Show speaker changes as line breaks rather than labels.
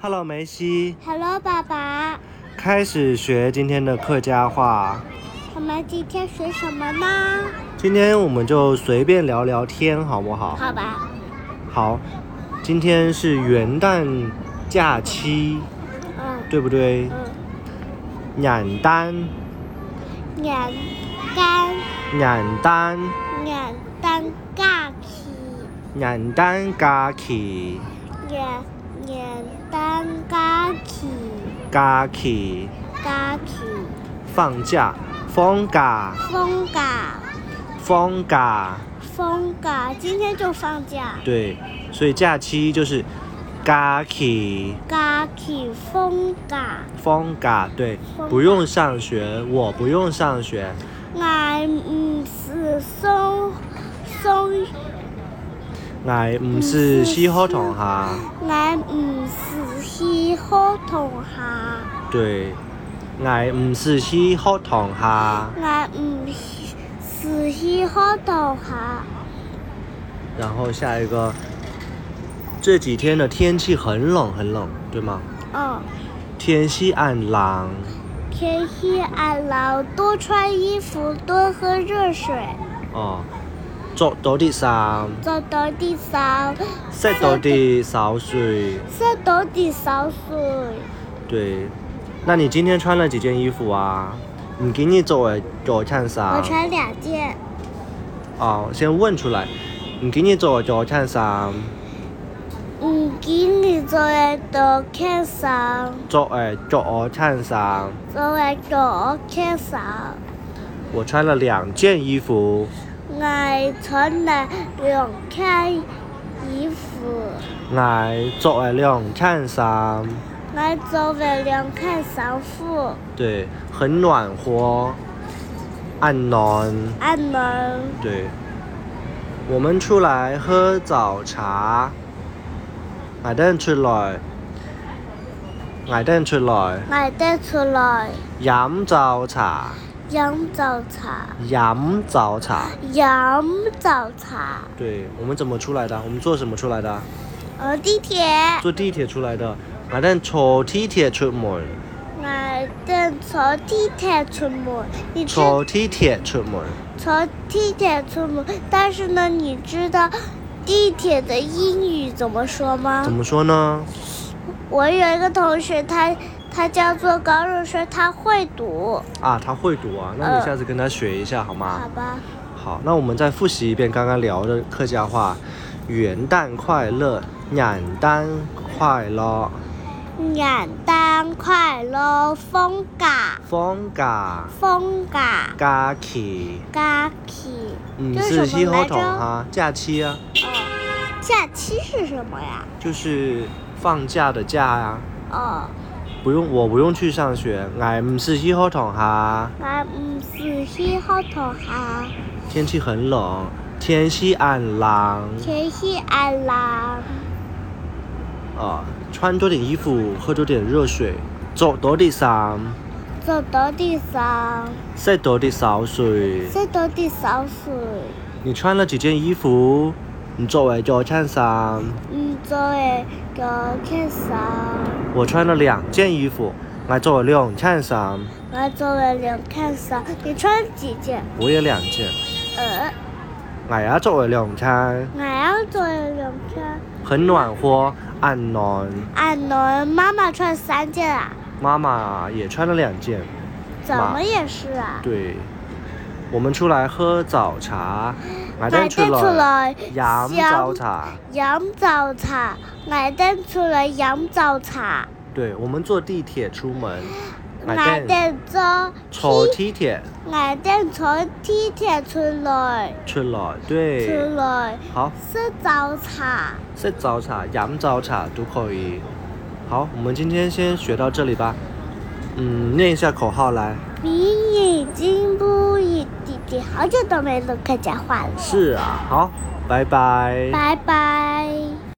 Hello，梅西，
Hello，爸爸，
开始学今天的客家话。
我们今天学什么呢？
今天我们就随便聊聊天，好不好？
好吧，
好，今天是元旦假期，
嗯
对不对？
嗯，
元旦，
眼干
元旦，
眼蛋尬起，
元旦假期，
眼眼蛋尬起
假期，
尬起，
放假，放假，
风嘎
放假，
风嘎，今天就放假，
对，所以假期就是假期。
嘎起风嘎，
放假，对
放，
不用上学，我不用上学，
俺唔是松松，
我唔是西好同学，
俺唔是西好同学。
对，我唔是西好同学，
俺唔是是喜好同学，
然后下一个，这几天的天气很冷很冷，对吗？
嗯，
天气暗冷，
天气俺冷，多穿衣服，多喝热水，
哦，着到啲衫，
走到地上，
食到啲少水，
晒到地上水。
对。那你今天穿了几件衣服啊？你今日做的早餐啥？
我穿两件，
哦，先问出来，你今日做早餐啥？
唔今日嗯做的到看上，
做诶早餐啥？
做的到看上。
我穿了两件衣服，
俺穿了两件衣服，
我做了两件衫，
俺做了两件衫裤，
对，很暖和，很暖，
俺们。
对。我们出来喝早茶，我等出来，我等出来，
我带出来
饮早茶，
饮早茶，
饮早茶。
饮早茶，
对，我们怎么出来的？我们坐什么出来的？
呃，地铁，
坐地铁出来的，我等坐地铁出门，
我正坐地铁出门。你知
坐地铁出门，
坐地铁出门，但是呢，你知道地铁的英语怎么说吗
怎？么说呢？
我有一个同学，他他叫做高若轩，他会读，
啊，他会读啊，那你
呃
下次跟他学一下好吗
好？吧？
好，那我们再复习一遍刚刚聊的客家话：元旦快乐，元旦快乐，
元旦快乐，放假，
放假
放假，
假期，
假期。
嗯，
这
是
是
西
什么
后
来着
统哈，假期啊，
哦，假期是什么呀？
就是放假的假啊，
哦，
不用，我不用去上学，俺唔是西后统哈，
俺唔是喜好同学，
天气很冷，天气暗冷，
天气暗冷，
啊，穿多点衣服，喝多点热水，着多点衫。
走到地上，
晒多的烧水。
晒到地上水，
你穿了几件衣服？你作为早餐衫，
唔做诶个看上，
我穿了两件衣服，我作为两件衫，
俺做诶两看上，你穿几件？
我也两件，
呃，
我也作为两件，
俺要做诶两件。
很暖和，很暖。
俺能啊妈妈穿三件啊，
妈妈也穿了两件，
怎么也是啊？
对。我们出来喝早茶，我
俺带
等
出
出了
来
洋早茶。
饮早茶，我等出来饮早茶。
对，我们坐地铁出门，我
我
等
等坐
坐地
地，
铁
我等坐地铁出来，
出来，
出
对，
来
好。
吃早茶。
食早茶、饮早茶都可以。好，我们今天先学到这里吧。嗯，念一下口号来。
你已经不一弟弟好久都没录客家话了，
是啊，好，拜拜
拜拜。